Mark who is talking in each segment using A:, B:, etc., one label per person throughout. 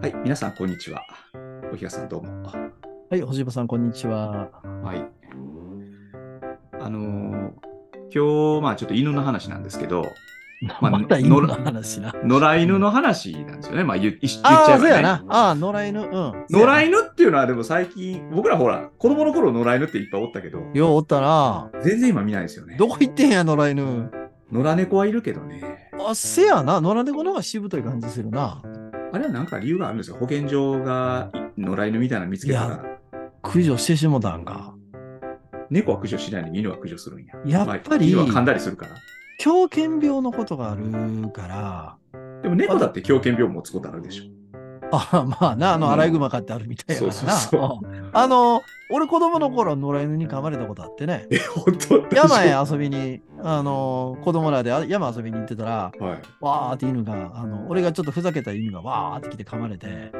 A: はい、皆さん、こんにちは。おひがさん、どうも。
B: はい、星葉さん、こんにちは。
A: はい。あのー今日、まあ、ちょっと犬の話なんですけど、まあ
B: また
A: の
B: 犬の話な。
A: 野良犬の話なんですよね。まあ、言言っち
B: あ
A: ゃ
B: あ、
A: え
B: そ
A: ば
B: うや
A: ね
B: な。。ああ、野良犬。うん。
A: 野良
B: 犬
A: 犬っていうのは、でも最近、僕らほら、子供の頃野良犬っていっぱいおったけど、
B: ようおったな。
A: 全然今見ないですよね。
B: どこ行ってんや、野良犬。
A: 野良猫はいるけどね。
B: あ、せやな。野良猫の方がしぶとい感じするな。
A: あれはなんか理由があるんですよ。保健所がい野良犬みたいなの見つけた
B: い
A: ら、
B: 駆除してしもたんか。
A: 猫は駆除しないのに犬は駆除するんや。
B: やっぱり
A: まあ犬は噛んだりするから。
B: 狂犬病のことがあるから。
A: でも猫だって狂犬病持つことあるでしょ。
B: あまあな、あ
A: う
B: の、
A: ん
B: アライグマ飼ってあるみたいやからな。
A: そうそうそ
B: うんあの、俺子供の頃野良犬に噛まれたことあってね。
A: 本当
B: 山へ遊びに、あの、子供らであ山遊びに行ってたら、
A: はい。
B: わーって犬が、あの俺がちょっとふざけた犬がわーって来て噛まれて、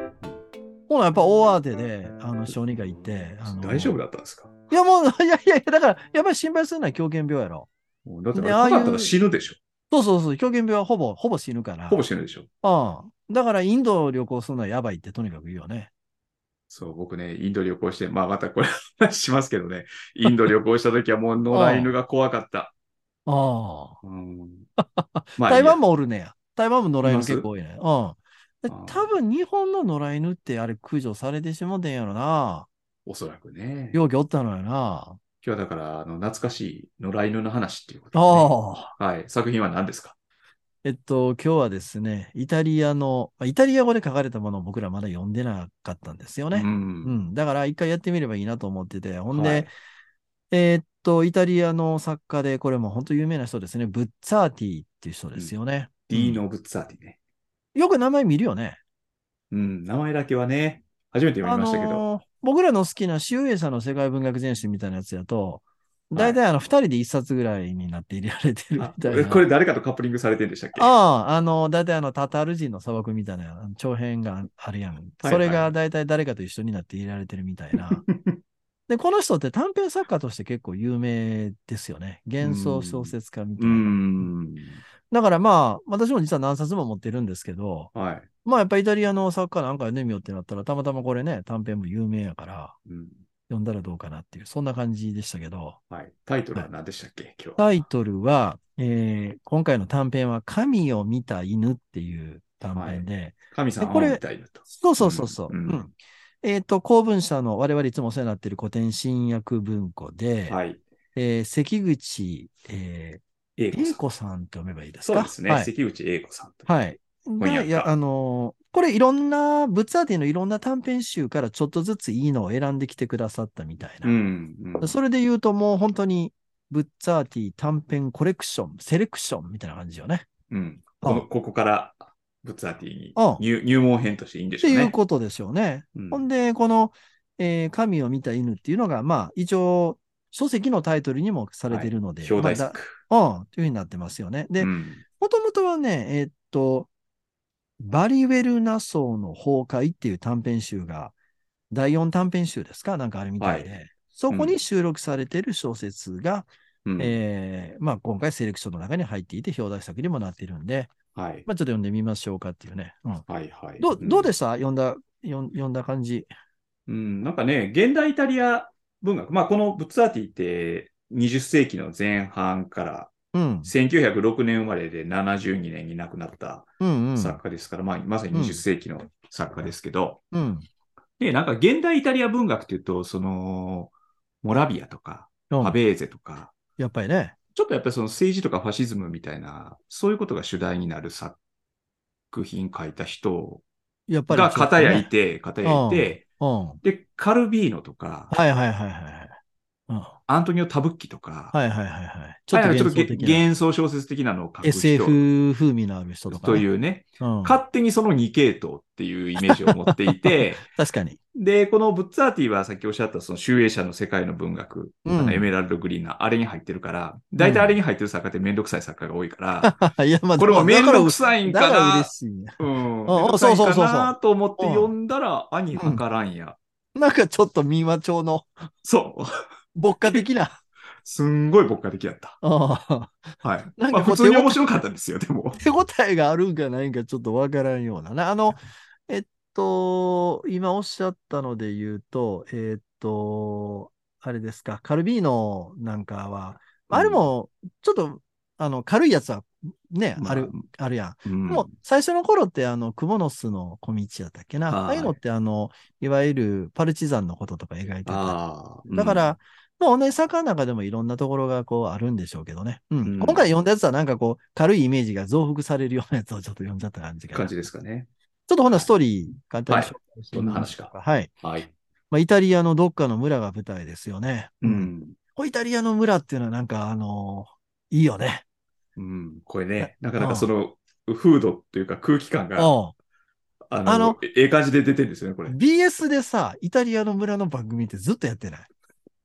B: ほなやっぱ大慌てで、あの小児科行って、あの
A: 大丈夫だったんですか
B: いやもう、 いやいやいや、だから、やっぱり心配するのは狂犬病やろ。
A: だってあれ
B: であ
A: か
B: あいう
A: かったら死ぬでしょ。
B: そうそうそう、狂犬病はほぼ、ほぼ死ぬから。
A: ほぼ死ぬでしょ。
B: うん。だから、インドを旅行するのはやばいってとにかく言うよね。
A: そう、僕ね、インド旅行して、まあまたこれ話しますけどね、インド旅行した時はもう野良犬が怖か った。
B: あ
A: うん、
B: あ。
A: ま
B: 台湾
A: も
B: もおるねや。台湾も野良
A: い
B: 犬
A: ます
B: 結構多いね。うん。で
A: ああ
B: 多分日本の野良犬ってあれ駆除されてしもてんやろな。
A: おそらくね。今
B: 容器おったのよな。
A: 日はだから、あの、懐かしい野良犬の話っていうことでね、
B: ああ。
A: はい。作品は何ですか
B: えっと、今日はですね、イタリアの、まあイタリア語で書かれたものを僕らまだ読んでなかったんですよ
A: う
B: ね。うん。
A: ん。
B: だから一回やってみればいいなと思ってて、ほんで、
A: はい
B: えーっと、イタリアの作家で、これも本当有名な人ですね、ブッツァーティっていう人ですよね。
A: ディーノ・ブッツァーティね。
B: よく名前見るよね。
A: うん、名前だけはね、初めて読みましたけど。
B: のー僕らの好きな周英さんの世界文学全集みたいなやつやと、大体あの、二人で一冊ぐらいになって入れられてるみ
A: あ
B: たい
A: え
B: な。
A: これ誰かとカップリングされてんでしたっけ
B: ああ、あの、大体あの、タタール人の砂漠みたいな長編があるやん。
A: はい
B: それが大体誰かと一緒になっていられてるみたいな。 で、この人って短編作家として結構有名ですよね。幻想小説家み た
A: う
B: いな。
A: ん。
B: だからまあ、私も実は何冊も持ってるんですけど、
A: はい。
B: まあやっぱイタリアの作家なんか読んでみようってなったら、たまたまこれね、短編も有名やから、
A: うん
B: 読んだらどうかなっていう、そんな感じでしたけど、
A: はい。タイトルは何でしたっけ、今日。
B: タイトルは、えー今回の短編は、神を見た犬っていう短編で、
A: 神様
B: これ
A: みたいだと。
B: そうそうそうそう。
A: う
B: うんん
A: うん
B: えっ、と、公文社の我々いつもお世話になっている古典新約文庫で、
A: はい。
B: えー関口、え
A: 英
B: ー
A: 子さ
B: 英
A: ん。
B: 子さんと読めばいいです
A: そう
B: か
A: ですね。
B: はい。
A: 関口英子さんと。
B: はい、
A: 翻訳家
B: でいや、あのーこれいろんな、ブッツアーティのいろんな短編集からちょっとずついいのを選んできてくださったみたいな。
A: うん、うん。
B: それで言うともう本当に、ブッツアーティ短編コレクション、セレクションみたいな感じよね。
A: うんこの
B: う
A: ここから、ブッツアーティに
B: うん
A: 入入門編としていいんで
B: っ
A: してょう
B: い
A: ね。
B: うことでしょうね。
A: うん
B: ほんで、この、えー神を見た犬っていうのが、まあ、一応、書籍のタイトルにもされているので、
A: 表題
B: ま
A: 作。
B: あだうん、というふうになってますよね。で、
A: う
B: も
A: ん
B: ともとはね、えーっと、バリウェルナ層の崩壊っていう短編集が、第4短編集ですかなんかあれみたいで、
A: は
B: そこに収録されている小説が、
A: うん
B: えーまあ、今回セレクションの中に入っていて、表題作にもなっているんで、
A: はい。
B: まあ、ちょっと読んでみましょうかっていうね。うん、
A: はいはい。
B: どうどうですした読んだ、読ん読んだ感じ。
A: うん、なんかね、現代イタリア文学。まあ、このブッツアーティって、20世紀の前半から、
B: うん。
A: 1906年生まれで72年に亡くなった
B: うんうん。
A: 作家ですから、まあ、まさに
B: うん
A: 20世紀の作家ですけど、
B: うん。
A: で、なんか現代イタリア文学っていうと、その、モラビアとか、
B: うん
A: パベーゼとか、
B: やっぱりね。
A: ちょっとやっぱりその政治とかファシズムみたいな、そういうことが主題になる作品書いた人
B: やっぱり、
A: が片やい
B: ね。
A: て、片やいて、
B: うん。は
A: で、カルビーノとか、
B: いはいはいはい。うん、は
A: アントニオ・タブッキとか、
B: いはいはいはい。ち
A: ち
B: ょ
A: ょ
B: っ
A: っ
B: と
A: とち
B: 幻
A: ょっと
B: 想
A: げ
B: 的な。
A: 幻想小説的なのを書く人
B: SF 風味のある人とか、ね。
A: というね、
B: うん、
A: 勝手にその2系統っていうイメージを持ってい て、
B: 確かに。
A: で、このブッツアーティはさっきおっしゃったその集英社の世界の文学、
B: うん
A: あのエメラルド・グリーンなあれに入ってるから、大体あれに入ってる作家ってめんどくさい作家が多いから、
B: いや、まあ、
A: これもめんどく
B: い
A: さいん
B: だか
A: からな
B: 嬉、しいね。
A: うん、
B: うん
A: めんどくさいん
B: そうそうそう
A: か
B: そ
A: な
B: う
A: と思って読んだら、兄はからんや。
B: なんかちょっと民話調の
A: そう。
B: 牧歌的な。
A: すんごい僕ができやった。
B: うん
A: はい。
B: なん
A: まあ
B: かこ
A: 普
B: う
A: 通に面白かったんですよ、でも。
B: 手応えがあるんかないんかちょっとわからんようなな。あの、えっと、今おっしゃったので言うと、えーっと、あれですか、カルビーノなんかは、
A: うん
B: あれも、ちょっと、あの、軽いやつは、ね、
A: まあ
B: ある、あるや
A: うん
B: ん。でも、最初の頃って、あの、クモの巣の小道やったっけな。あ
A: はい
B: あいうのって、あの、いわゆるパルチザンのこととか描いてた。
A: ああ。
B: だから、まあ、同じ作家の中でもいろんなところがこうあるんでしょうけどね。うん。
A: うん
B: 今回読んだやつはなんかこう、軽いイメージが増幅されるようなやつをちょっと読んじゃった感じ
A: う
B: が
A: ん、感じですかね。
B: ちょっとほな、ストーリー、簡単に紹介して
A: どん
B: み
A: な
B: ま
A: 話
B: しょ
A: か。
B: うか。はい。
A: はい。
B: まあ、イタリアのどっかの村が舞台ですよね。
A: う。ん。
B: こうイタリアの村っていうのはなんか、あのーいいよね。
A: うん。これね、なかな
B: う
A: か
B: ん
A: その、風土というか空気感が、
B: お
A: あの、
B: あの
A: ええ感じで出てるんですよね、これ。
B: BS でさ、イタリアの村の番組ってずっとやっ てない。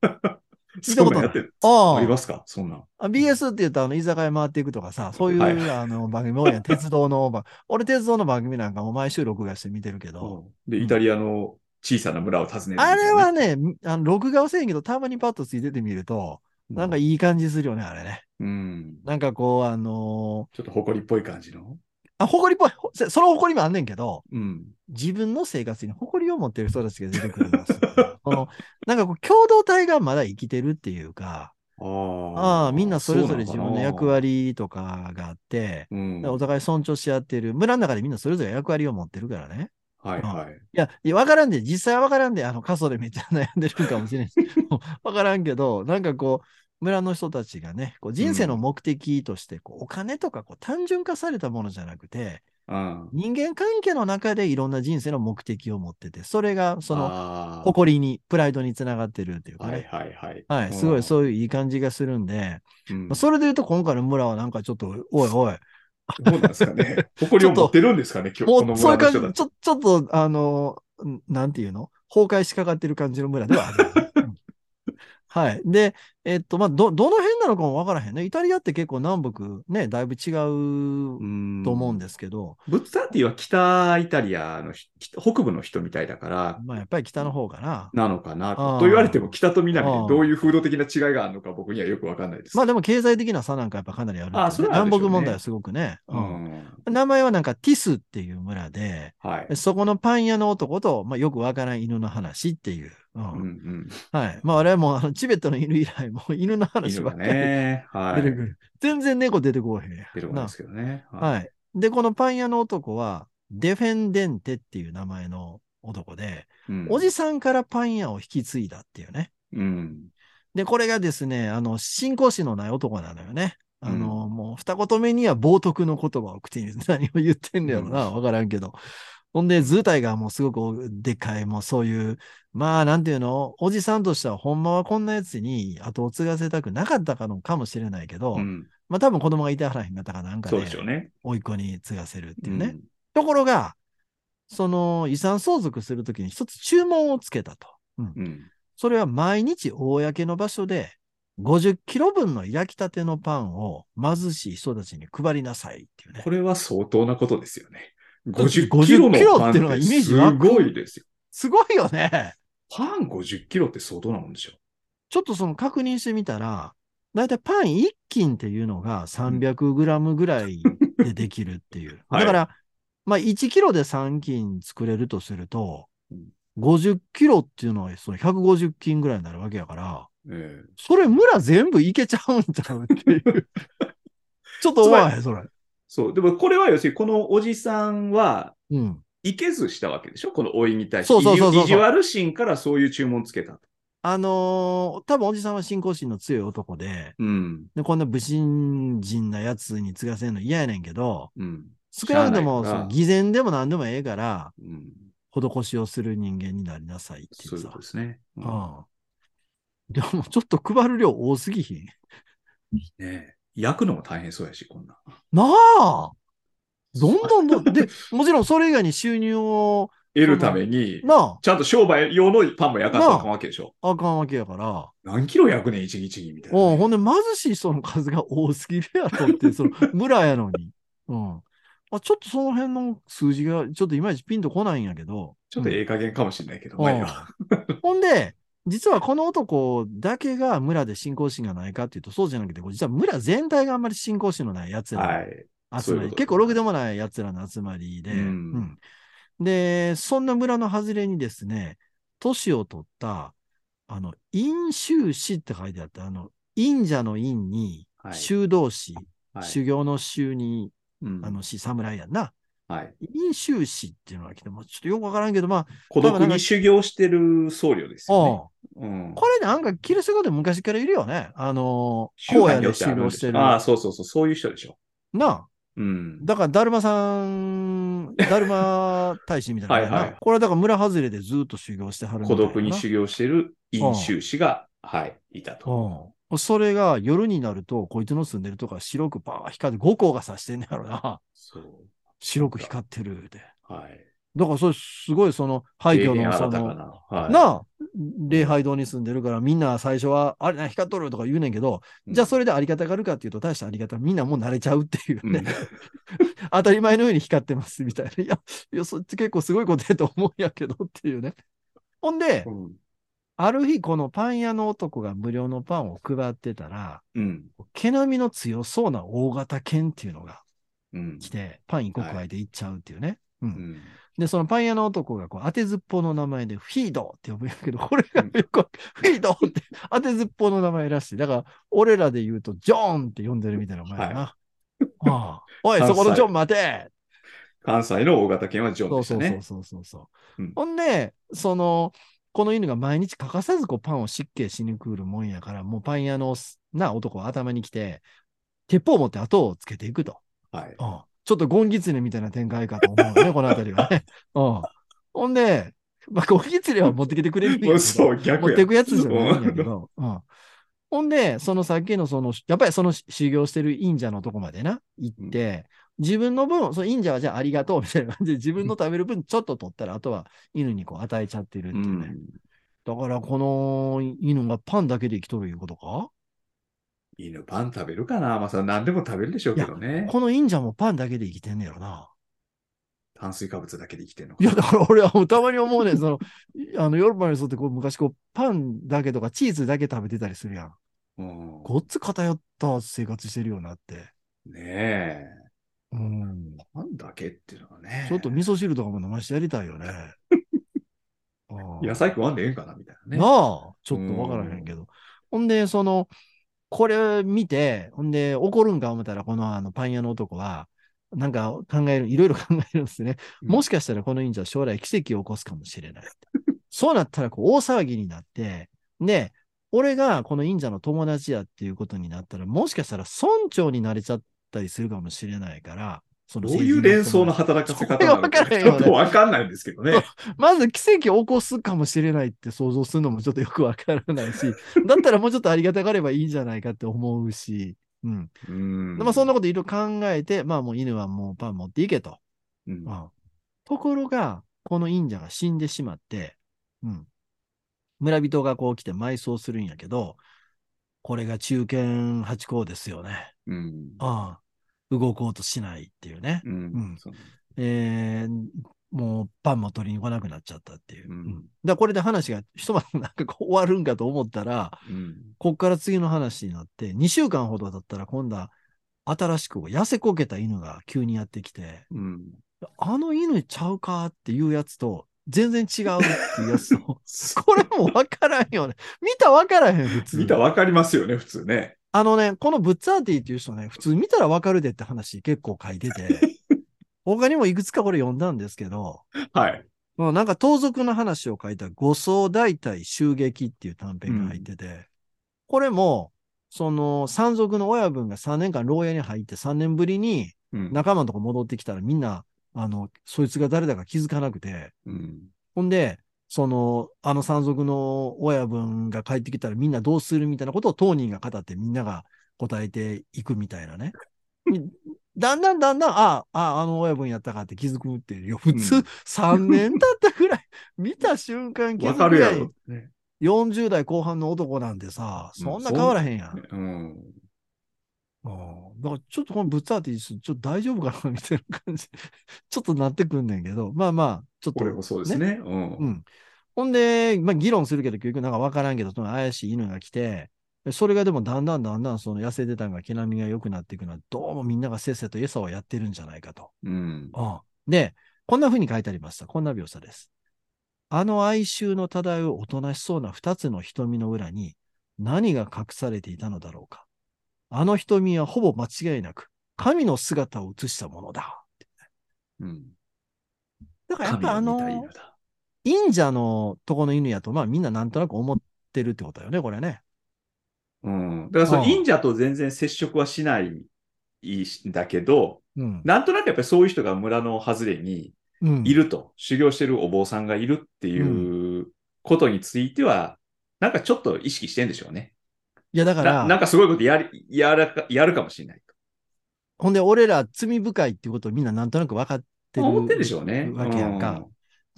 B: 聞いた
A: そ
B: こ
A: んなん
B: とな
A: や
B: い
A: ってる。
B: お
A: ありますかそんなん。
B: BS って言うと、あの、居酒屋回っていくとかさ、そういう、
A: はい
B: あの、番組多いやん。鉄道の 番、俺、鉄道の番組なんかも毎週録画して見てるけど、
A: で、イタリアの小さな村を訪ねるみた
B: あ
A: いなね
B: れはね、あの録画はせんけど、たまにパッとついててみると、なんか
A: うん
B: いい感じするよね、あれね。
A: うん。
B: なんかこう、あの
A: ちょっと誇りっぽい感じの。
B: ーあ、誇りっぽいほ、そその誇りもあんねんけど、
A: うん。
B: 自分の生活に誇りを持ってる人たちが出てくるん ですよこのなんかこう、共同体がまだ生きてるっていうか、
A: あ
B: ああ、みんなそれぞれ自分の役
A: 割。
B: 割とかがあって、
A: うん。
B: お
A: はい
B: 互い尊重し合ってる。村の中でみんなそれぞれ役割を持ってるからね。
A: はい。
B: いや、いやわからんで、実際はわからんで、あの、過疎でめっちゃ悩んでるんかもし れんし、わからんけど、なんかこう、村の人たちがね、こう人生の目的として、こうお金とかこう単純化されたものじゃなくて、
A: うん。
B: 人間関係の中でいろんな人生の目的を持ってて、それがその
A: の
B: 誇りに、プライドにつながってるっていうか
A: はい
B: ね。
A: はいはい。
B: はい、すごい、
A: う
B: そういういい感じがするんで、
A: ん。
B: まあ
A: そ
B: それで言うと今回の村はなんかちょっと、おいおい、
A: うなんですか ね。誇りを持ってるんですかね、今日。こ
B: も
A: の
B: うそうい
A: 村
B: う
A: の
B: 感じ、
A: 人
B: ち
A: た
B: ょ
A: ち。
B: ちょっと、あの、んなんていうの崩壊しかかってる感じの村ではある。 うんはい。で、えっと、まあ、ど、どの辺なのかもわからへんね。イタリアって結構南北ね、だいぶ違う
A: うん
B: と思うんですけど、
A: ブッツァーティは北イタリアのひ北部の人みたいだから、
B: まあ、やっぱり北の方かな。
A: なのかな
B: あー
A: と。と言われても、北と南
B: あー
A: でどういう風土的な違いがあるのか、僕にはよくわかんないです。
B: まあでも経済的な差なんかやっぱかなりあるんでね、
A: あそれはあるでしょ
B: 南
A: うね
B: 北問題はすごくね、う
A: うんん。
B: 名前はなんかティスっていう村で、
A: はい。
B: そこのパン屋の男と、まあ、よくわからん犬の話っていう。う
A: うん
B: ん
A: うん。
B: はい。まあ我々もあのチベットの犬以来もう犬の話
A: 犬
B: ばっ
A: が
B: かり出
A: ね、はい。
B: てくる。全然猫出てこうへんやん。
A: 出てこないですけどね。
B: なはい。で、このパン屋の男は、デフェンデンテっていう名前の男で、
A: うん
B: おじさんからパン屋を引き継いだっていうね。
A: うん。
B: で、これがですね、あの、信仰心のない男なのよね。あの、もう二言目には冒涜の言葉を口に何を言ってんのやろな、わからんけど。ほんで、図体がもうすごくでかい、もうそういう、まあ、なんていうの、おじさんとしては、ほんまはこんなやつに後を継がせたくなかったかのかもしれないけど、
A: うん
B: まあ多分子供がいてはらへんかったかなんか
A: そう
B: で
A: でし、ょうね。
B: おいっ子に継がせるっていうね。
A: うん。
B: ところが、その遺産相続するときに一つ注文をつけたと。うん
A: うん
B: それは毎日公の場所で50キロ分の焼きたてのパンを貧しい人たちに配りなさいっていうね
A: こ。れは相当なことですよね。
B: だって
A: 50キロ
B: 50キロ
A: のパン
B: っていうのが
A: っ
B: イ
A: て
B: メージ
A: す
B: 湧く
A: ごいですよ。
B: すごいよね。
A: パン50キロって相当なもんでしょ。
B: ちょっとその確認してみたら、だいたいパン1斤っていうのが300グラムぐらいでできるっていう。
A: はい
B: だから、まあ1キロで3斤作れるとすると
A: うん、
B: 50キロっていうのはその150斤ぐらいになるわけやから、
A: ええ
B: それ村全部いけちゃうんちゃうって いう。ちょっと思わへん、それ。
A: そう。でもこれは要するに、このおじさんは、
B: うん。
A: いけずしたわけでしょこの老いに対して。
B: そうそうそうそう
A: 意地悪心からそういう注文つけたと。
B: あのー多分おじさんは信仰心の強い男で、
A: うん。
B: でこんな武神人なやつに継がせるの嫌やねんけど、
A: うん。
B: 少なくとも
A: しゃあないか
B: そ
A: ら
B: の偽善でも何でもええから、
A: うん。
B: 施しをする人間になりなさいってい
A: そうい
B: う
A: う
B: さ。
A: ことですね。うん
B: ああでもちょっと配る量多すぎひん。
A: ねえ焼くのも大変そうやし、こんな。
B: なあどんどんどん、で、もちろんそれ以外に収入を、
A: 得るために、
B: なあ、
A: ちゃんと商売用のパンも焼かなあかんわけでしょ。
B: あかんわけやから、
A: 何キロ焼くねん、一日にみたいなね、
B: うん、ほんで貧しい人の数が多すぎるやろって、その村やの に。うん。あ、ちょっとその辺の数字が、ちょっといまいちピンとこないんやけど。
A: ちょっとええ加減かもしれないけど、
B: うん
A: まあいいわ
B: うんほんで、実はこの男だけが村で信仰心がないかっていうと、そうじゃなくて、これ実は村全体があんまり信仰心のない奴ら
A: はい。
B: の集まり、
A: そういうこと
B: 結構ろくでもない奴らの集まりで、
A: うん
B: うんで、そんな村の外れにですね、都市を取った、あの、陰州市って書いてあった、あの、陰者の陰に、
A: はい。
B: 修道士、
A: はい
B: 修行の修に、
A: うん
B: あの、死侍やんな。
A: はい。
B: 陰州市っていうのが来ても、ちょっとよくわからんけど、まあ、
A: 孤独に修行してる僧侶ですよね。う
B: ああ
A: ん。
B: これなんかキリスト教でも昔からいるよね。あの、
A: 宗派
B: 荒野
A: によ
B: で
A: ってあ
B: 修
A: るん
B: 行
A: で
B: し
A: す
B: て
A: よ
B: る。
A: ああ、
B: な
A: そうそうそう、そういう人でしょ。
B: あ。
A: うん。
B: だから、だるまさん、だるま大使みたいなのやな。
A: はいはい
B: これはだから村外れでずっと修行してはるみた
A: 孤
B: いな
A: 独に修行してる飲酒師が、はい、いたと。
B: うん。それが夜になると、こいつの住んでるとこは白くバー光って、五光がさしてんねやろな。
A: そう。
B: 白く光ってるで。
A: はい。
B: だからそれすごいその廃墟
A: 霊
B: の
A: 変
B: そ
A: 新た
B: の
A: か、な。はい。
B: なあ、礼拝堂に住んでるからみんな最初は、あれな、光っとるとか言うねんけど、じゃあそ
A: れ、
B: れであり方があるかっていうと、大したあり方、みんなもう慣れちゃうっていう
A: う
B: ね。
A: ん
B: 当たり前のように光ってますみたいな。いや、いやそっち結構すごいことやと思うんやけどっていうね。ほんで
A: う、ん。
B: ある日、このパン屋の男が無料のパンを配ってたら、
A: うん。
B: 毛並みの強そうな大型犬っていうのが
A: うん
B: 来て、パン一個加えて行っちゃうっていうね。う、
A: うんん
B: で、そのパン屋の男がこう当てずっぽうの名前でフィードって呼ぶんやけど、これがよくわか、フィードって当てずっぽうの名前らしい。だから、俺らで言うと、ジョーンって呼んでるみたいな名前やな。ああおい、そこのジョン待て
A: 関西の大型犬はジョン
B: そう
A: でし
B: そ
A: た
B: うそう
A: ね。
B: そうそうそう、
A: うん
B: ほんで、その、この犬が毎日欠かさずこうパンを失敬しに来るもんやから、もうパン屋のすな男は頭に来て、鉄砲を持って後をつけていくと。
A: はい。
B: うんちょっとゴンギツネみたいな展開かと 思うよね、この辺りはね。うんほんで、まあ、ゴンギツネは持ってきてくれるんやけ
A: も
B: ど
A: うそう、逆
B: 持っ
A: や
B: て。いくやつじゃないんやけど。うんほんで、そのさっきのその、やっぱりその修行してる忍者のとこまでな、行って、自分の分、その忍者はじゃあありがとうみたいな感じで、自分の食べる分ちょっと取ったら、あとは犬にこう与えちゃってるって
A: う
B: いうね。
A: ん。
B: だから、この犬がパンだけで生きとるいうことか
A: 犬パン食べるかなまあ、それは何でも食べるでしょうけどね。
B: この忍者もパンだけで生きてんねやろな。
A: 炭水化物だけで生きてるのか
B: いや、だから俺はもうたまに思うねん。その、 あの、ヨーロッパの人ってこう昔こう、パンだけとかチーズだけ食べてたりするやん。
A: うん
B: ごっつ偏った生活してるよなって。
A: ねえ。
B: うん。
A: パンだけっていうのはね。
B: ちょっと味噌汁とかも飲ましてやりたいよ ね。あー
A: 野菜食わんでええんかなみたいなね。
B: なあ、ちょっとわからへんけど。ほんで、その、これ見て、ほんで、怒るんか思ったら、このあのパン屋の男は、なんか考える、いろいろ考えるんですね。
A: うん
B: もしかしたらこの忍者は将来奇跡を起こすかもしれない。そうなったら、こう、大騒ぎになって、で、俺がこの忍者の友達やっていうことになったら、もしかしたら村長になれちゃったりするかもしれないから、その
A: どういう連想の
B: 政
A: 働
B: 治
A: かせ
B: そ
A: 方
B: れ
A: な
B: が
A: の
B: 分
A: か
B: か
A: ち
B: らへん
A: ょ
B: よね
A: っとわかんないんですけどね。
B: まず奇跡を起こすかもしれないって想像するのもちょっとよくわからない し、だったらもうちょっとありがたがればいいんじゃないかって思うし、うん。
A: うん。
B: まあそんなこといろいろ考えて、まあもう犬はもうパン持っていけと。
A: うん
B: うんところが、この忍者が死んでしまって、うん。村人がこう来て埋葬するんやけど、これが中堅八公ですよね。
A: うん。
B: ああ。動こうとしないっていうね。
A: う
B: うん
A: ん。そう
B: えーもうパンも取りに来なくなっちゃったっていう。
A: うん
B: だからこれで話が一晩なんかこう終わるんかと思ったら、
A: うん。
B: こっから次の話になって、2週間ほど経ったら今度は新しく痩せこけた犬が急にやってきて、
A: うん。
B: あの犬ちゃうかっていうやつと、全然違 うっていうやつと、これもわからんよね。見たわからへん、普通。
A: 見たらわかりますよね、普通ね。
B: あのね、このブッツアーティっていう人ね、普通見たらわかるでって話結構書いて て、他にもいくつかこれ読んだんですけど、
A: はい。
B: もうなんか盗賊の話を書いた五層大隊襲撃っていう短編が入ってて、これも、その山賊の親分が3年間牢屋に入って3年ぶりに
A: うん。
B: 仲間のとこ戻ってきたらみんな、あの、そいつが誰だか気づかなくて、
A: うん。
B: ほんで、その、あの山賊の親分が帰ってきたらみんなどうするみたいなことを当人が語ってみんなが答えていくみたいなね。だんだんだんだん、ああ、ああの親分やったかって気づくっていうよ。普
A: う
B: 通
A: ん
B: 3年経ったぐらい、 見た瞬間気
A: わ
B: づ
A: か
B: く
A: る
B: ぐ
A: や
B: らい
A: ろ。ね
B: 40代後半の男なんでさ、そんな変わらへんやん。
A: うん。
B: うんだからちょっとこのブッツアーティスト、ちょっと大丈夫かなみたいな感じ。ちょっとなってくんねんけど、まあまあ、ちょっと
A: これもそうですね。うん
B: う。ん。ほんで、まあ、議論するけど、結局なんか分からんけど、その怪しい犬が来て、それがでもだんだんだんだんその痩せてたんが毛並みが良くなっていくのは、どうもみんながせっせと餌をやってるんじゃないかと。
A: うん。
B: うん、で、こんな風に書いてありました。こんな描写です。あの哀愁の漂うおとなしそうな二つの瞳の裏に何が隠されていたのだろうか。あの瞳はほぼ間違いなく神の姿を映したものだ。
A: うん。
B: だからやっ
A: 神
B: ぱあ
A: を見
B: の、
A: たいのだ。
B: 忍者のとこの犬やと、まあみんななんとなく思ってるってことだよね、これね。
A: うん。だからその
B: うん
A: 忍者と全然接触はしないんだけど、
B: うん。
A: なんとなくやっぱりそういう人が村の外れに
B: うん
A: いると、修行してるお坊さんがいるっていううことについては、なんかちょっと意識してんでしょうね。
B: いや、だか
A: ななん
B: ら、
A: かすごいことやりやらかやるかもしれない
B: ほんで俺ら罪深いっていうことをみんななんとなく分かっ
A: と。
B: てる。
A: 思ってるでしょうね。
B: わけやんか
A: う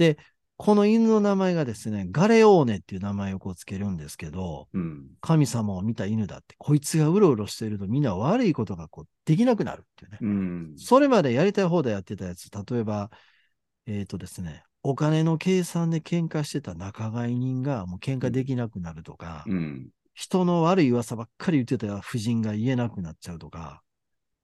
A: ん。
B: この犬の名前がですね、ガレオーネっていう名前をこうつけるんですけど、
A: うん。
B: 神様を見た犬だって、こいつがうろうろしているとみんな悪いことがこうできなくなるっていうね。
A: うん。
B: それまでやりたい放題やってたやつ、例えば、えっ、とですね、お金の計算で喧嘩してた仲買人がもう喧嘩できなくなるとか、
A: うん。
B: 人の悪い噂ばっかり言ってた夫人が言えなくなっちゃうとか、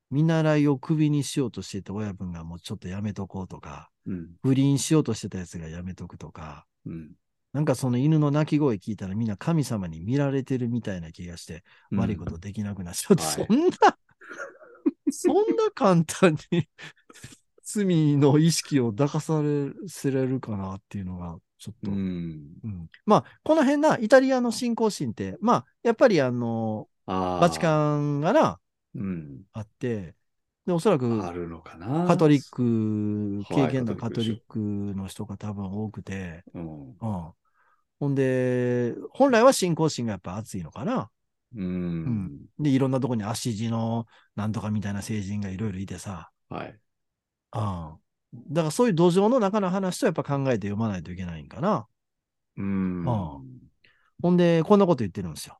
B: 見習いをクビにしようとしてた親分がもうちょっとやめとこうとか、
A: うん。
B: 不倫しようとしてたやつがやめとくとか、
A: うん。
B: なんかその犬の鳴き声聞いたらみんな神様に見られてるみたいな気がして、悪いことできなくなっちゃう。
A: はい
B: そんな、そんな簡単に罪の意識を抱かされせれるかなっていうのが、ちょっ
A: う
B: と、
A: ん。
B: うんまあ、この辺な、イタリアの信仰心って、まあ、やっぱりあの、
A: ああ。
B: バチカンがな、
A: うん。
B: あって、で、おそらく
A: あるのかな。
B: カトリッ。ク、
A: はい
B: 経験の
A: カ
B: カト
A: トリ
B: リッ
A: ッ
B: クの人が多分多くて、
A: うん。
B: うん。ほんで、本来は信仰心がやっぱ熱いのかな。
A: う
B: うん
A: ん。
B: で、いろんなとこに足地のなんとかみたいな聖人がいろいろいてさ。
A: はい。
B: うん。だからそういう土壌の中の話とやっぱ考えて読まないといけないんかな。
A: うん。
B: あほんで、こんなこと言ってるんですよ。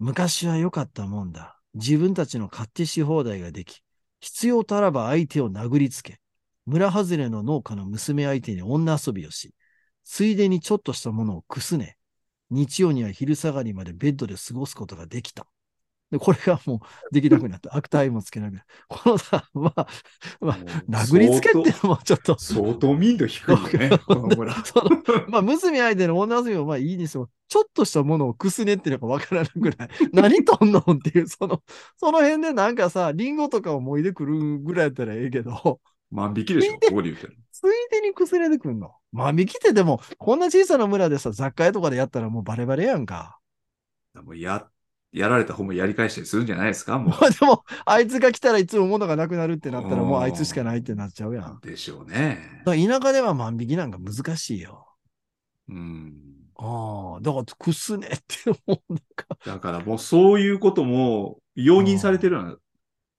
B: 昔は良かったもんだ。自分たちの勝手し放題ができ、必要たらば相手を殴りつけ、村外れの農家の娘相手に女遊びをし、ついでにちょっとしたものをくすね、日曜には昼下がりまでベッドで過ごすことができた。で、これがもうできなくなった。悪態もつけなくなった。このさ、まあ、まあ、 殴りつけってのもちょっと、
A: 相当。相当民度低いよね、この村。
B: そのまあ、娘相手の女遊びもまあいいにしても、ちょっとしたものをくすねっていうのがわからなくない。何とんのんっていう、その、その辺でなんかさ、リンゴとかをもいでくるぐらいやったらええけど、
A: 万引きでしょ、ここで言うてる。
B: ついでにくすねてくんの。まあ、見きてでも、こんな小さな村でさ、雑貨屋とかでやったらもうバレバレやんか。
A: もうや、やられた方もやり返したりするんじゃないですか、も
B: まあ、でも、あいつが来たらいつも物がなくなるってなったら、もうあいつしかないってなっちゃうやん。
A: う。でしょうね。
B: だから田舎では万引きなんか難しいよ。
A: うん。
B: ああ、だから、くすねって、もうなんか、
A: だからもうそういうことも容認されてるような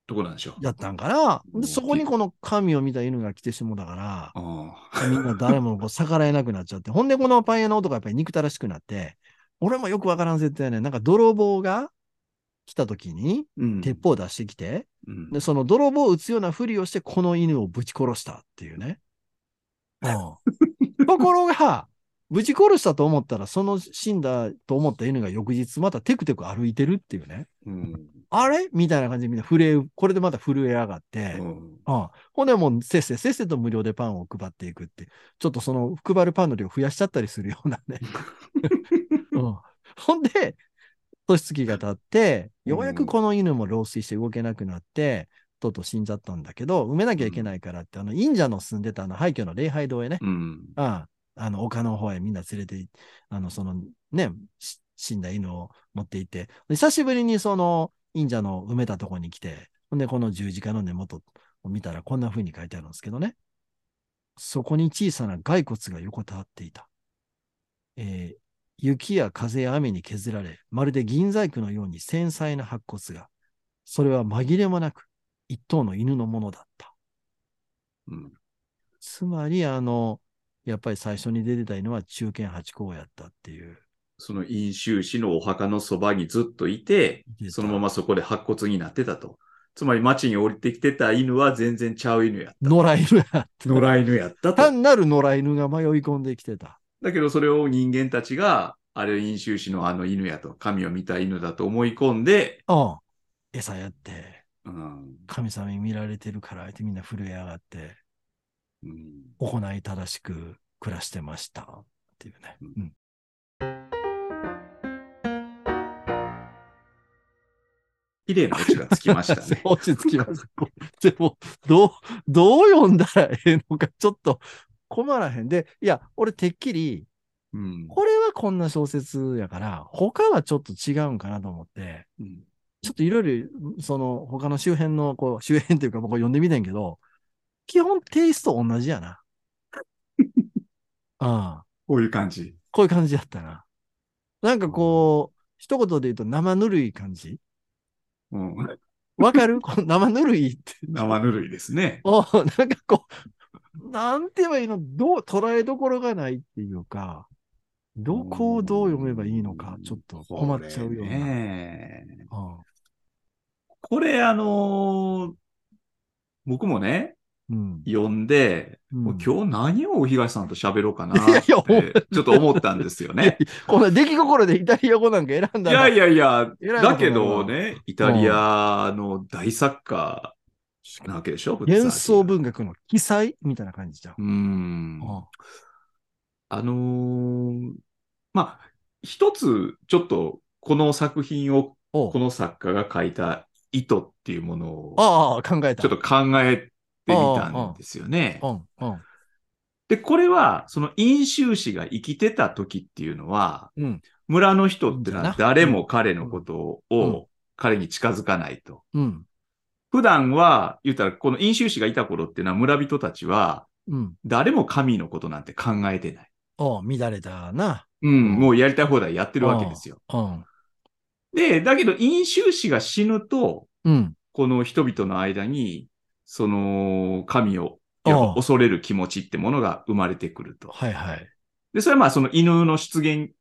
A: とこなんでしょう。
B: やったんかな。
A: うん
B: でそこにこの神を見た犬が来てしもだから、
A: あ
B: みんな誰もこう逆らえなくなっちゃって。ほんで、このパン屋の男がやっぱり憎たらしくなって、俺もよくわからん設定やねん。なんか泥棒が来た時に
A: うん。
B: 鉄砲を出してきて、
A: うん
B: で、その泥棒を撃つようなふりをして、この犬をぶち殺したっていうね。うん。と ころが、ぶち殺したと思ったら、その死んだと思った犬が翌日またテクテク歩いてるっていうね。
A: うん。
B: あれみたいな感じでみんな震え、これでまた震え上がって、
A: うん
B: ああほんでもうせっせせっせと無料でパンを配っていくって、ちょっとその配るパンの量増やしちゃったりするようなね。うん、ほんで、年月が経って、ようやくこの犬も老衰して動けなくなって、とうとう死んじゃったんだけど、埋めなきゃいけないからって、あの、忍者の住んでたあの廃墟の礼拝堂へね、
A: うん。
B: あああの、丘の方へみんな連れてい、あの、そのね、し死んだ犬を持って行って、で久しぶりにその忍者の埋めたとこに来て、ほんで、この十字架の根元を見たらこんな風に書いてあるんですけどね。そこに小さな骸骨が横たわっていた。えー雪や風や雨に削られ、まるで銀細工のように繊細な白骨が、それは紛れもなく一頭の犬のものだった。
A: うん
B: つまり、あの、やっぱり最初に出てたのは中堅八高やったっていう。
A: その飲酒士のお墓のそばにずっといて、そのままそこで白骨になってたと。つまり町に降りてきてた犬は全然ちゃう犬やった。
B: 野良犬や。
A: 野良犬やったと。
B: 単なる野良犬が迷い込んできてた。
A: だけどそれを人間たちが、あれ飲酒士のあの犬やと、神を見た犬だと思い込んで、
B: うん。餌やって、
A: うん、
B: 神様に見られてるから、ってみんな震え上がって。
A: うん
B: 行い正しく暮らしてましたっていうね。うん
A: 綺麗なオチがつきま したね。
B: 落ち着きます。でも、どう、どう読んだらええのか、ちょっと困らへん。で、いや、俺てっきり、
A: うん
B: これはこんな小説やから、他はちょっと違うんかなと思って、
A: うん
B: ちょっといろいろ、その、他の周辺の、こう、周辺っていうか、僕読んでみてんけど、基本テイスト同じや な。ああ、
A: こういう感じ。
B: こういう感じやったな。なんかこう、一言で言うと生ぬるい感じ。
A: うん、
B: わか るこの生ぬるいって
A: 生ぬるいですね。
B: おなんかこう、なんて言えばいいのどう、捉えどころがないっていうか、どこをどう読めばいいのか、ちょっと困っちゃうよう
A: こ
B: な。
A: れね
B: ああ
A: これ、あのー僕もね、
B: うん
A: 読んで、
B: うん
A: もう今日何を東さんと喋ろうかなっ
B: いやいや
A: て、ちょっと思ったんですよ ね。
B: こんな出来心でイタリア語なんか選ん
A: い
B: だ
A: や
B: ら
A: いやいや、
B: 偉いこと
A: だけどね、イタリアの大作家なわけでしょ、ブッツァーティ
B: 幻想文学の記載みたいな感じじゃん。
A: うーん。
B: あ
A: あのーまあ、一つ、ちょっと、この作品を、
B: おう
A: この作家が書いた意図っていうものを、
B: ああ、考えた。
A: ちょっと考えてみたんですよね。
B: うん、うん、
A: で、これは、その飲酒士が生きてた時っていうのは、
B: うん
A: 村の人っての
B: うんだ
A: は
B: な
A: 誰も彼のこと
B: う
A: を、彼に近づかないと。
B: うん、
A: 普段は、言ったら、この飲酒士がいた頃っていうのは村人たちは、
B: うん。
A: 誰も神のことなんて考えてない。
B: おう乱れたな。
A: うん、もうやりたい放題やってるわけですよ。
B: うん、
A: で、だけど飲酒士が死ぬと、
B: うん、
A: この人々の間に、その、神を、
B: ああ
A: やっぱ恐れる気持ちってものが生まれてくると。
B: はいはい。
A: で、それはまあその犬の出現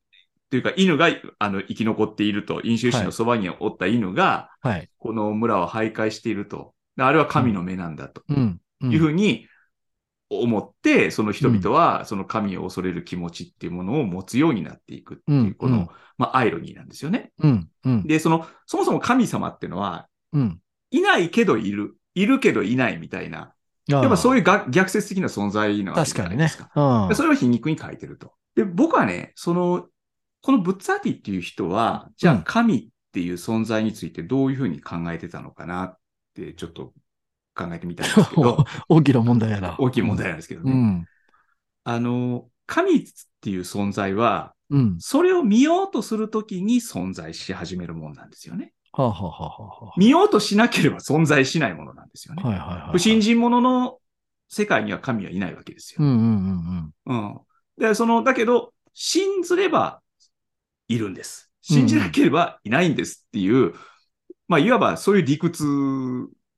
A: というか、犬があの生き残っていると、飲酒士のそばにおった犬が、
B: はい。
A: この村を徘徊していると。であれは神の目なんだと。
B: うん。うん
A: いうふうに思って、その人々はその神を恐れる気持ちっていうものを持つようになっていくっていう、この、
B: うん
A: まあアイロニーなんですよね。
B: うん、うん、
A: で、その、そもそも神様っていうのは、
B: うん。
A: いないけどいる。いるけどいないみたいな。
B: や
A: やっぱそう
B: いう
A: いうが逆説的な存在なわけ
B: 確
A: じゃな
B: かに
A: いで
B: ね
A: すか。。
B: うん
A: でそれを皮肉に書いてると。で、僕はね、その、このブッツァーティっていう人は、じゃ
B: うん、
A: あ神っていう存在についてどういうふうに考えてたのかなって、ちょっと考えてみたんですけど
B: 大 きな問題やな。
A: 大きい問題なんですけど
B: う
A: ね。
B: ん。
A: あの、神っていう存在は、
B: うん。
A: それを見ようとするときに存在し始めるもんなんですよね。
B: はあ、はあはあはあは
A: 見ようとしなければ存在しないものなんですよね
B: あ。。はいはいはい。
A: 不信心者の世界には神はいないわけですよ
B: うん。うんうん
A: うん。で、その、だけど、信ずればいるんです。信じなければいないんですっていう、まあ、いわばそういう理屈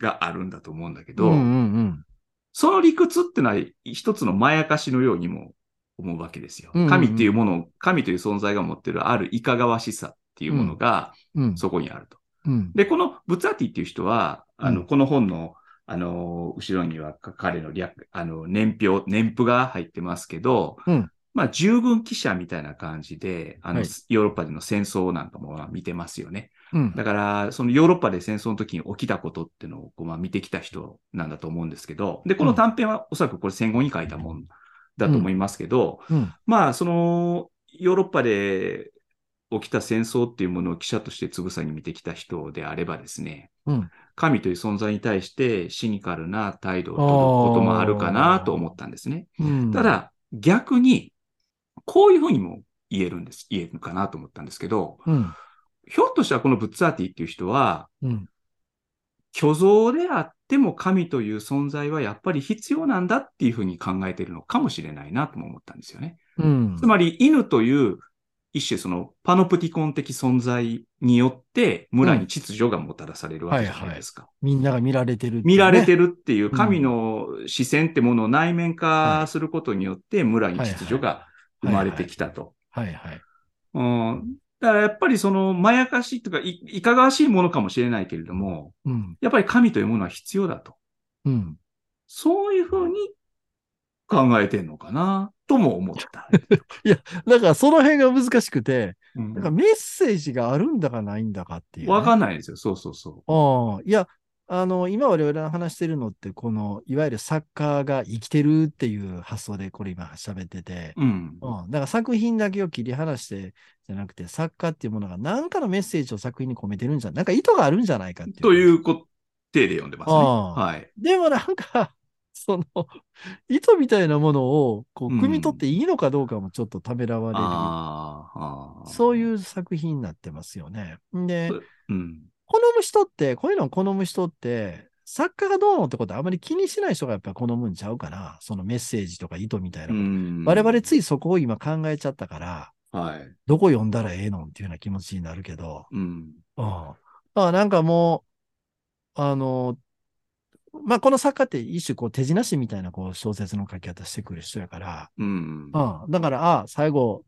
A: があるんだと思うんだけ
B: うん。
A: ど、
B: うんうんうん。
A: その理屈ってのは一つのまやかしのようにも思うわけですよ。
B: うんうんうん
A: 神っていうものを、神という存在が持ってるあるいかがわしさっていうものが
B: うん。
A: そこにあると。
B: うん。
A: で、このブツアティっていう人は、あの、
B: うん
A: この本の、あの、後ろにはか彼の略、あの、年表、年譜が入ってますけど、
B: うん
A: まあ、従軍記者みたいな感じで、あの、
B: はい
A: ヨーロッパでの戦争なんかもまあ見てますよね。
B: うん。
A: だから、そのヨーロッパで戦争の時に起きたことっていうのをこう、まあ、見てきた人なんだと思うんですけど、で、この短編はおそらくこれ戦後に書いたもんだと思いますけど、
B: うん。
A: まあ、その、ヨーロッパで起きた戦争っていうものを記者としてつぶさに見てきた人であればですね、
B: うん
A: 神という存在に対してシニカルな態度を取ることもあるかなと思ったんですね。
B: うん。
A: た、だ、逆に、こういうふうにも言えるんです。言えるのかなと思ったんですけど、
B: うん。
A: ひょっとしたらこのブッツァーティっていう人は、
B: うん。
A: 虚像であっても神という存在はやっぱり必要なんだっていうふうに考えているのかもしれないなとも思ったんですよね。
B: うん。
A: つまり犬という一種そのパノプティコン的存在によって村に秩序がもたらされるわけじゃないですか。
B: みんなが見られてるっていうね。
A: 見られて
B: る。
A: るっていう神の視線ってものを内面化することによって村に秩序が生まれてきたと。
B: はいはい。
A: うんだからやっぱりそのまやかしとかいいかがわしいものかもしれないけれども、
B: うん。
A: やっぱり神というものは必要だと。
B: うん。
A: そういうふうに考えてんのかなとも思 った。
B: だからその辺が難しくて、
A: うん
B: なんかメッセージがあるんだかないんだかっていうね、
A: わかんないですよ。そうそうそう。
B: ああ、いや、あの、今我々が話してるのって、この、いわゆる作家が生きてるっていう発想で、これ今喋ってて、
A: うん。
B: うん、だから作品だけを切り離してじゃなくて、作家っていうものが何かのメッセージを作品に込めてるんじゃ、なんか意図があるんじゃないかっていう。
A: というこ手で読んでますね。
B: ああ
A: はい。
B: でもなんか、 その、意図みたいなものを、こう、
A: うん
B: 汲み取っていいのかどうかもちょっとためらわれる。
A: ああああ。。
B: そういうう作品になってますよね。で
A: そ、ううん。
B: 好む人って、こういうのを好む人って、作家がどうのってことはあまり気にしない人がやっぱり好むんちゃうかな。そのメッセージとか意図みたいな。
A: うん
B: 我々ついそこを今考えちゃったから、
A: はい。
B: どこ読んだらええのんっていうような気持ちになるけど、
A: うん。
B: ああ、なんかもう、あの、まあ、この作家って一種こう手品師みたいなこう小説の書き方してくる人やから、
A: うん。
B: ああだから、ああ最後、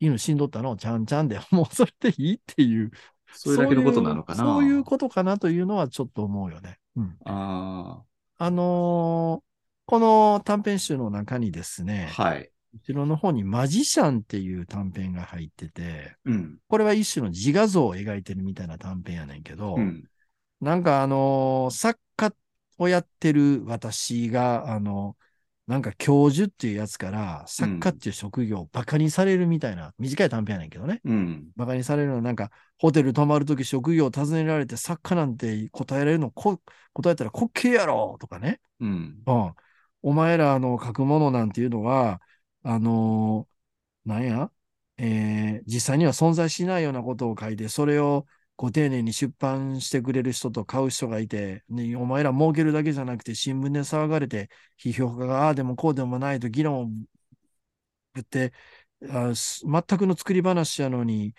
B: 犬死んどったの、ちゃんちゃんで、もうそれでいいっていう、
A: それだけのことなのかな。
B: そういうそういうことかなというのはちょっと思うよね。うん。
A: あ
B: あのーこの短編集の中にです
A: あ。
B: ね、
A: はい。
B: 後ろの方にマジシャンっていう短編が入ってて、
A: うん。
B: これは一種の自画像を描いてるみたいな短編やねんけど、
A: うん。
B: なんかあのー作家をやってる私が、あのなんか教授っていうやつから、作家っていう職業をバカにされるみたいな、短い短編やねんけどね。
A: うん。
B: バカにされるのはなんか、ホテル泊まるとき職業を尋ねられて、作家なんて答えられるの、こ答えたら滑稽やろとかね。
A: うん。
B: うん。お前らの書くものなんていうのは、あのーなんや、えー実際には存在しないようなことを書いて、それをご丁寧に出版してくれる人と買う人がいて、ね、お前ら儲けるだけじゃなくて、新聞で騒がれて、批評家がああでもこうでもないと議論をぶって、あす全くの作り話やのに、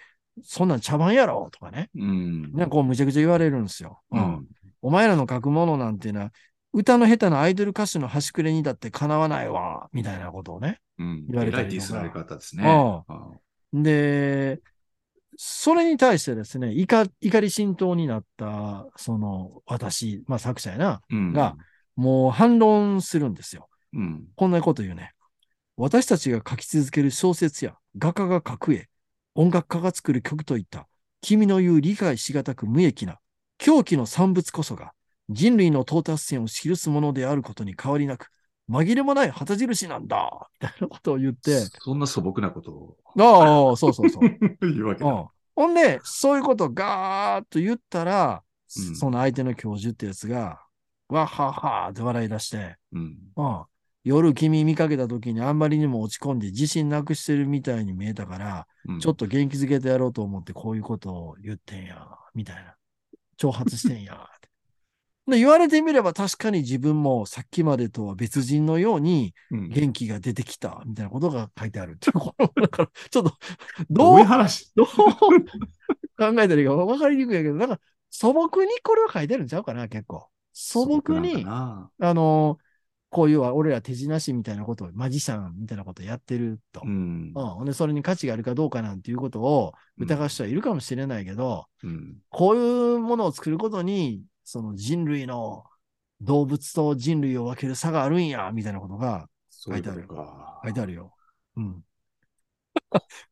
B: そんなん茶番やろとかね。
A: うん。
B: なんかこうむちゃくちゃ言われるんですよ。
A: う
B: うん
A: ん。
B: お前らの書くものなんていうのは、歌の下手なアイドル歌手の端くれにだってかなわないわ、みたいなことをね。
A: うん。
B: 言われ
A: え
B: たりとか
A: らいディスられ方ですね。
B: あ
A: ああ
B: で、それに対してですね、怒怒り浸透になった、その、私、まあ作者やな、
A: うん。
B: が、もう反論するんですよ。
A: うん。
B: こんなこと言うね。私たちが書き続ける小説や画家が書く絵、音楽家が作る曲といった、君の言う理解しがたく無益な、狂気の産物こそが、人類の到達点を記すものであることに変わりなく、紛れもない旗印なんだみたいなことを言って、
A: そんな素朴なことを
B: ああ、そうそう そう。
A: 言うわけ
B: う
A: だ。
B: ん、ほんで、そういうことをガーッと言ったら、
A: うん
B: その相手の教授ってやつが、わっはっはーって笑い出して、
A: うん。
B: うん夜君見かけた時にあんまりにも落ち込んで自信なくしてるみたいに見えたから、
A: うん
B: ちょっと元気づけてやろうと思ってこういうことを言ってんや、みたいな。挑発してんや。ってで言われてみれば確かに自分もさっきまでとは別人のように
A: うん
B: 元気が出てきた、みたいなことが書いてあるって いう。これだから、ちょっと、
A: ど
B: ど
A: う
B: う
A: いう、話
B: どう考えたらいいか分かりにくいんやけど、なんか素朴にこれは書いてるんちゃうかな、結構。素朴
A: なん
B: に
A: か。な
B: あのこういうは俺ら手品師みたいなことを、マジシャンみたいなことをやってると。
A: う
B: うん
A: ん。
B: ほんで、それに価値があるかどうかなんていうことを疑う人はいるかもしれないけど、
A: うん。
B: こういうものを作ることに、その人類の動物と人類を分ける差があるんや、みたいなことが
A: そういうことか。
B: 書いてあるよ。うん。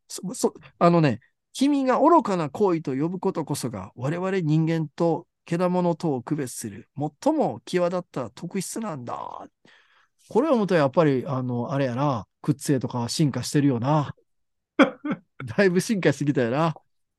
B: そ、そ、あのね、君が愚かな行為と呼ぶことこそが、我々人間と獣とを区別する、最も際立った特質なんだ。これを思うと、やっぱり、あの、あれやな、クッツェとかは進化してる よな。だいぶ進化してきたよな。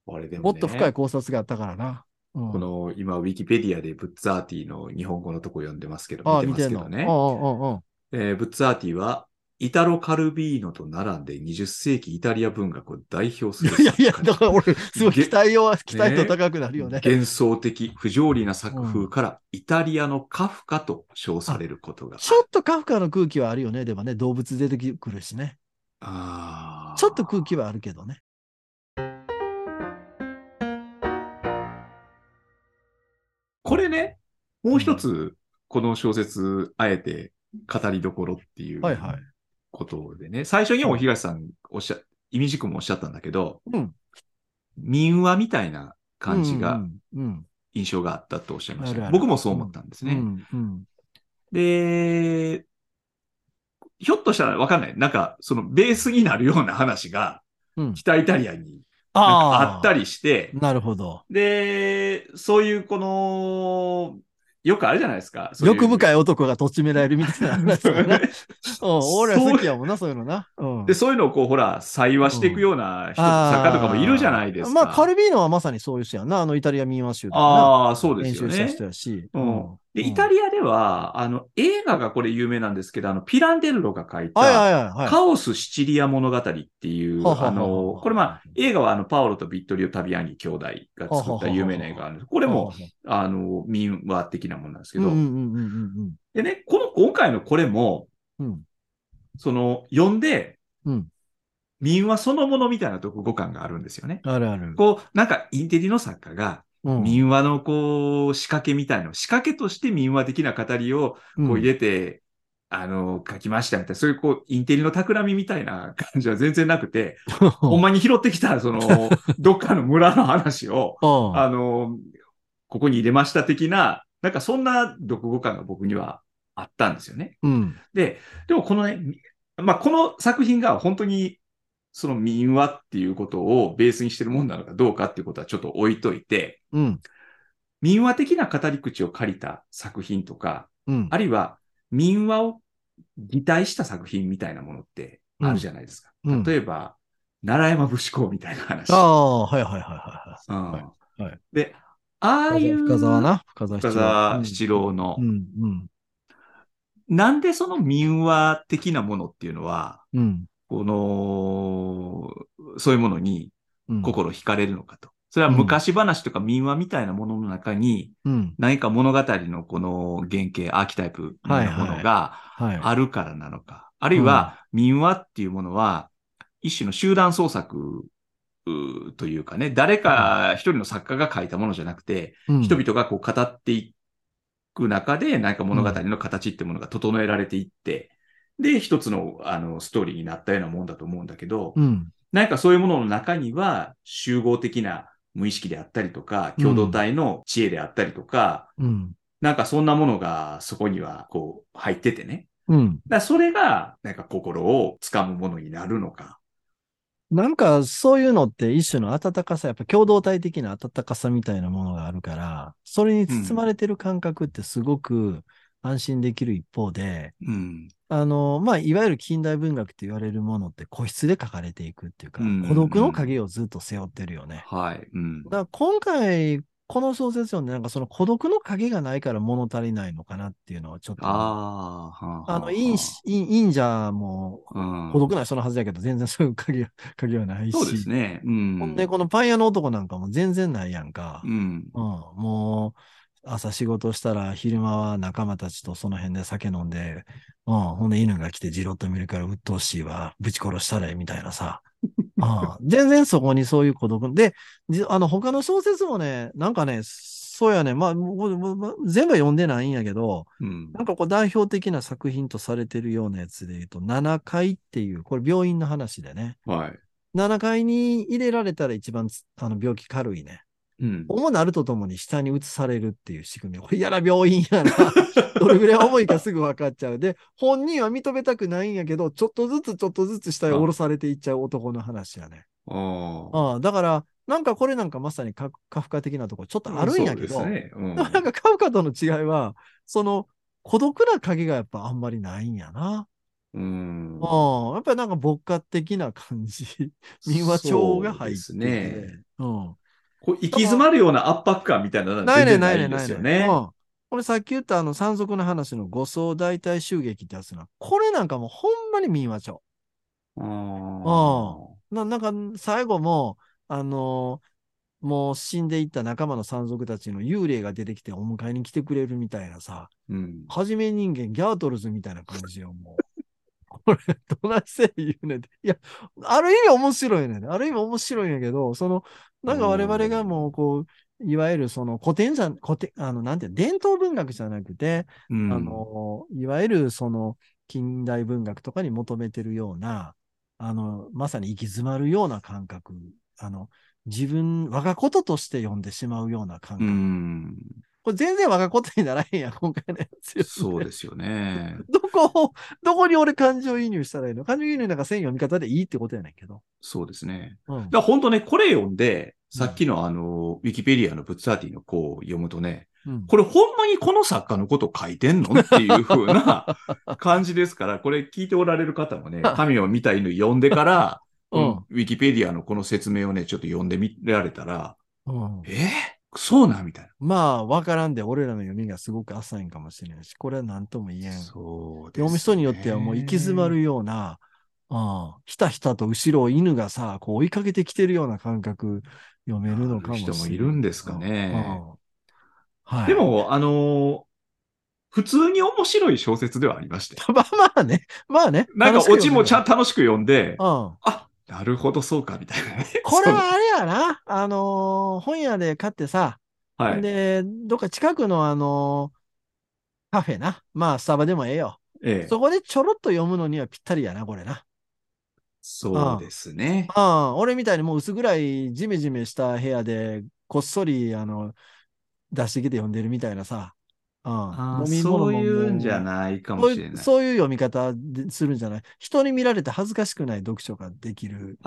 A: あれでも
B: も
A: ね
B: っと深い考察があったからな。うん
A: この、今、ウィキペディアでブッツアーティの日本語のとこ読んでますけど、
B: ああ、
A: 見
B: 見
A: てま
B: て
A: すけ
B: んの。
A: どね。
B: うんうんうん
A: えーブッツアーティは、イタロ・カルビーノと並んで20世紀イタリア文学を代表する
B: いやいや、だから俺、すごい
A: げ
B: 期待を、期待と高くなるよね。
A: 幻想的、不条理な作風から、イタリアのカフカと称されることが。
B: ちょっとカフカの空気はあるよね。でもね、動物出てくるしね。
A: あー
B: ちょっと空気はあるけどね。
A: これね、もう一つ、この小説、あえて語りどころっていう
B: はいはい
A: ことでね、最初にも東さんおっしゃ、意味軸もおっしゃったんだけど、
B: うん
A: 民話みたいな感じが、
B: うんうん
A: 印象があったとおっしゃいまし
B: ある
A: た。
B: ある
A: 僕もそう思ったんです
B: うん
A: ね。
B: うん
A: で、ひょっとしたらわかんない。なんか、そのベースになるような話が、
B: うんうん
A: 北イタリアになんかあったりして、
B: なるほど。
A: で、そういうこの、よくあるじゃないですか。そういう
B: 欲深い男がとちめられるみたいな話だ な。うん俺は
A: そう
B: 好きやもんな、そういうのな。うん
A: で、。そういうのをこう、ほら、幸話していくような人、作家とかもいるじゃないですか。
B: まあ、カルビーノはまさにそういう人やんな。あの、イタリア民話集とかな
A: ああ、そうで
B: 編
A: すよ
B: 集した
A: ね
B: 人。やし。
A: うんで、イタリアでは、あの、映画がこれ有名なんですけど、あの、ピランデルロが書いた、
B: はいはいはいはい。
A: カオス・シチリア物語っていう、
B: はあはあはあ
A: あの、これまあ、映画はあの、パオロとビットリオ・タビアニ兄弟が作った有名な映画があるんです。これも、あの、民話的なものなんですけ
B: うんう
A: ど、
B: んうんうんうん
A: でね、この、今回のこれも、
B: うん。うん。
A: その、読んで、
B: うん
A: 民話そのものみたいなとこ語感があるんですよね。
B: あるある。
A: こう、なんか、インテリの作家が、
B: うん
A: 民話のこう、仕掛けみたいな、仕掛けとして民話的な語りをこう入れて、あの、書きましたみたいな、そういうこう、インテリの企みみたいな感じは全然なくて、 ほんまに拾ってき た、その、どっかの村の話を、
B: うん
A: あの、ここに入れました的な、なんかそんな読語感が僕にはあったんですよね。
B: うん。
A: で、でもこのね、まあ、この作品が本当に、その民話っていうことをベースにしてるもんなのかどうかっていうことはちょっと置いといて、
B: うん。
A: 民話的な語り口を借りた作品とか、
B: うん。
A: あるいは民話を擬態した作品みたいなものってあるじゃないですか。
B: うん
A: 例えば、奈良山武士公みたいな話。
B: ああ、はいはいはいは
A: うん
B: いはい
A: で、ああ
B: いはい。
A: いう
B: 深沢な。深沢七
A: 深
B: 郎
A: 沢七郎の、
B: うんうん
A: なんでその民話的なものっていうのは、
B: うん。
A: この、そういうものに
B: うん。。
A: 心惹かれるのかと。それは昔話とか民話みたいなものの中に、
B: うん。
A: 何か物語のこの原型、アーキタイプみたいなものが
B: はい。
A: あるからなのか。あるいは民話っていうものは、一種の集団創作うーというかね、誰か一人の作家が書いたものじゃなくて、
B: うん
A: 人々がこう語っていく中で、何か物語の形ってものが整えられていって、で、一つのあのストーリーになったようなもんだと思うんだけど、
B: うん。
A: 何かそういうものの中には集合的な無意識であったりとか、共同体の知恵であったりとか、
B: うん。
A: なんかそんなものがそこにはこう入っててね。
B: うん。
A: だからそれが、なんか心を掴むものになるのか。
B: なんか、そういうのって一種の温かさ、やっぱ共同体的な温かさみたいなものがあるから、それに包まれてる感覚ってすごく安心できる一方で、
A: うん。
B: あの、まあ、いわゆる近代文学って言われるものって個室で書かれていくっていうか、
A: うんうんうん
B: 孤独の影をずっと背負ってるよね。
A: はい。うん
B: だ。から今回、この小説読んで、なんかその孤独の影がないから物足りないのかなっていうのはちょっと、
A: ああ、はは
B: あの、いいし、いいいいんじゃも
A: うん
B: 孤独な人のはずやけど、全然そういう影は、影はないし。
A: そうですね。うん。
B: ほんで、このパン屋の男なんかも全然ないやんか
A: う。ん。
B: うん、もう、朝仕事したら昼間は仲間たちとその辺で酒飲んで、うん、ほんで犬が来てじろっと見るから鬱陶しいわ、ぶち殺したらええみたいなさ。うん、全然そこにそういう孤独。で、じあの、他の小説もね、なんかね、そうやね、まあ、もうもうもう全部は読んでないんやけど、
A: うん
B: なんかこう代表的な作品とされてるようなやつで言うと、7階っていう、これ病院の話でね。
A: はい。
B: 7階に入れられたら一番つあの病気軽いね。
A: うん。
B: 重なるとともに下に移されるっていう仕組み。これやら病院やな。 どれぐらい重いかすぐ分かっちゃう。で、本人は認めたくないんやけど、ちょっとずつちょっとずつ下へ下ろされていっちゃう男の話やね。
A: あ
B: ああだから、なんかこれなんかまさにカカフカ的なとこちょっと
A: あ。
B: あるんやけど、
A: そうですね。うん。
B: でも なんかカフカとの違いは、その孤独な影がやっぱあんまりないんやな。
A: うん。
B: うん、やっぱりなんか牧歌的な感じ。民話調が入って
A: そ
B: て
A: うですね。
B: うん。
A: こう、行き詰まるような圧迫感みたいなのは
B: ないね、
A: 全然
B: な
A: ないい
B: ね、
A: んで
B: ない
A: すよ
B: ね。
A: ね
B: う。んこれさっき言ったあの山賊の話の五層大体襲撃ってやつな。これなんかもうほんまに民話帳。
A: あ
B: ななんか最後も、あのーもう死んでいった仲間の山賊たちの幽霊が出てきてお迎えに来てくれるみたいなさ、
A: ーうん。
B: はじめ人間ギャートルズみたいな感じよ、もう。これ、どないせい言うねんて。いや、ある意味面白いねん。ある意味面白いんやけど、その、なんか我々がもうこう、いわゆるその古典じゃ、古典、あの、なんていうの、伝統文学じゃなくて、
A: うん
B: あ、の、いわゆるその近代文学とかに求めてるような、あの、まさに行き詰まるような感覚、あの、自分、我がこととして読んでしまうような感
A: う
B: 覚。
A: ん。
B: これ全然我がことにならへんやん、今回のやつよ。
A: そうですよね。
B: どこを、どこに俺感情移入したらいいの感情移入なんか線読み方でいいってことやねんけど。
A: そうですね。
B: う
A: だ
B: ん
A: から本当ね、これ読んで、さっきのあの、ウィキペディアのブッツアーティのこう読むとね、
B: うん
A: これほんまにこの作家のこと書いてんのっていう風な感じですから、これ聞いておられる方も ね、神を見た犬読んでから、
B: うん
A: うんウィキペディアのこの説明をね、ちょっと読んでみられたら、
B: うん
A: えーそうなんみたい
B: まあ、わからんで、俺らの読みがすごく浅いんかもしれないし、これは何とも言えん。
A: な。そうですね
B: 読む人によってはもう行き詰まるような、うん、ひたひたと後ろを犬がさ、こう追いかけてきてるような感覚読めるのかもしれない。
A: 人もいるんですかね。
B: うん。はい。
A: で、も、あのー普通に面白い小説ではありまして。
B: まあまあね、まあね。
A: なんかオチもちゃ
B: ん
A: んと楽しく読んで、
B: うん、
A: あ、なるほど、そうか、みたいなね。
B: これはあれやな、あのー本屋で買ってさ、
A: そう、はい。
B: で、どっか近くのあのーカフェな、まあスタバでもええよ。
A: ええ、
B: そこでちょろっと読むのにはぴったりやな、これな。
A: そうですね。
B: うん、俺みたいにもう薄暗いジメジメした部屋で、こっそり、あの、出してきて読んでるみたいなさ。うん
A: あ、ー
B: 飲み物も
A: そういうんじゃ
B: い
A: ないか
B: か
A: もしれない。
B: そういう読み方でするんじゃない。人に見られて恥ずかしくない読書ができる。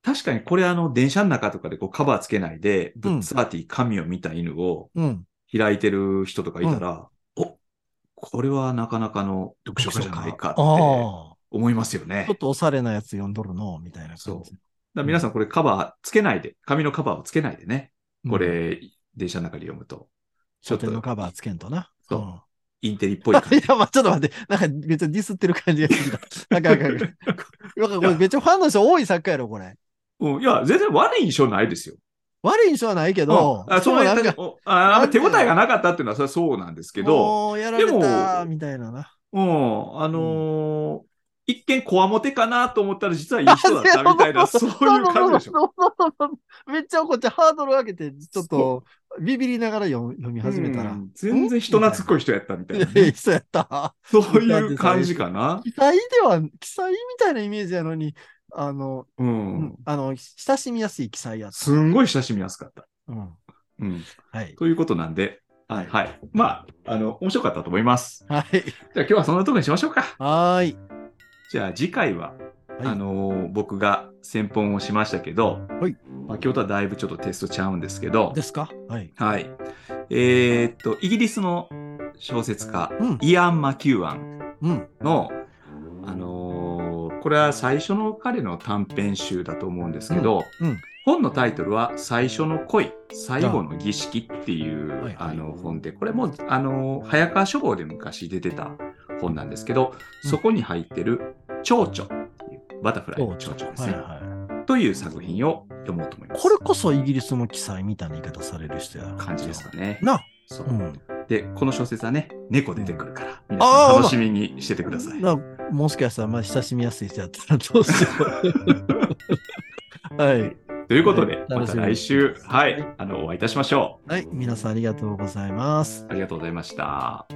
A: 確かにこれあの、電車の中とかでこうカバーつけないで、ブッツアーティー神を見た犬を
B: うん。
A: 開いてる人とかいたら、おこれはなかなかの読書家じゃないかって
B: あ
A: 思いますよね。
B: あ。ちょっとおしゃれなやつ読んどるの、みたいな
A: そう
B: 感。じ。
A: だから皆さんこれカバーつけないで、紙のカバーをつけないでね、
B: うん
A: こ、れ、電車の中で読むと、ちょ
B: 書
A: っと
B: 店のカバーつけんとな。
A: そうんインテリっぽい 感
B: い
A: じ。
B: や、まあ、ちょっと待って。なんか、めっちゃディスってる感じがしてきた。なんか、なんか、なんかこれめっちゃファンの人多い作家やろ、これ。
A: うんいや、全然悪い印象ないですよ。
B: 悪い印象はないけど、
A: うんあそう
B: でも
A: なん
B: なん
A: か
B: か、
A: あ
B: な
A: なんんか
B: で
A: 手応えがなかったっていうのはそれはそうなんですけど、
B: もうやられたみたいなな。
A: うん、あのー一見こわもてかなと思ったら実はいい人だったみたい な、 そういう感じ でしょ。
B: ょ。めっちゃこっちハードル上げて、ちょっとビビりながら読読み始めたら。
A: うん全然人懐っこい人やったみたい
B: い
A: な
B: や
A: ね、
B: いや、そうやった。
A: そういう感じかな。
B: 記載では、記載みたいなイメージやのに、あの、
A: う
B: うんん。あの、親しみやすい記載やった。
A: すんごい親しみやすかった。
B: うん
A: うん。
B: はい。
A: ということなんで、はい、はい。まあ、あの、面白かったと思います。
B: はい。
A: じゃあ今日はそんなところにしましょうか。
B: はーい。
A: じゃあ次回は、
B: はい
A: あのー僕が先本をしましたけど、
B: はい
A: まあ、今日とはだいぶちょっとテストちゃうんですけど、
B: ですかはい。
A: はい。えーっと、イギリスの小説家、
B: うん。
A: イアン・マキューアン
B: うん。
A: の、あのーこれは最初の彼の短編集だと思うんですけど、
B: うん。
A: 本のタイトルは「最初の恋最後の儀式」っていう
B: はいはい
A: あの本でこれもあの早川書房で昔出てた本なんですけど
B: うん
A: そこに入ってる「蝶々」っていうバタフライの蝶々です
B: はい
A: ね、
B: は
A: という作品を読もうと思いま
B: い。
A: す。
B: これこそイギリスの記載みたいな言い方される人やな
A: 感じですかね。
B: な。
A: そう
B: うん。
A: でこの小説はね猫出てくるから皆
B: あ
A: さ
B: ー
A: ん楽しみにしててください。
B: なもしかしたら、まあ、親しみやすい人やったらどうしよ う。はい。
A: ということで
B: 楽しみ
A: ま
B: に
A: た来週はい
B: はい
A: あのお会いいたしましょ
B: はい。皆さんありがとうございます。
A: う。ありがとうございました。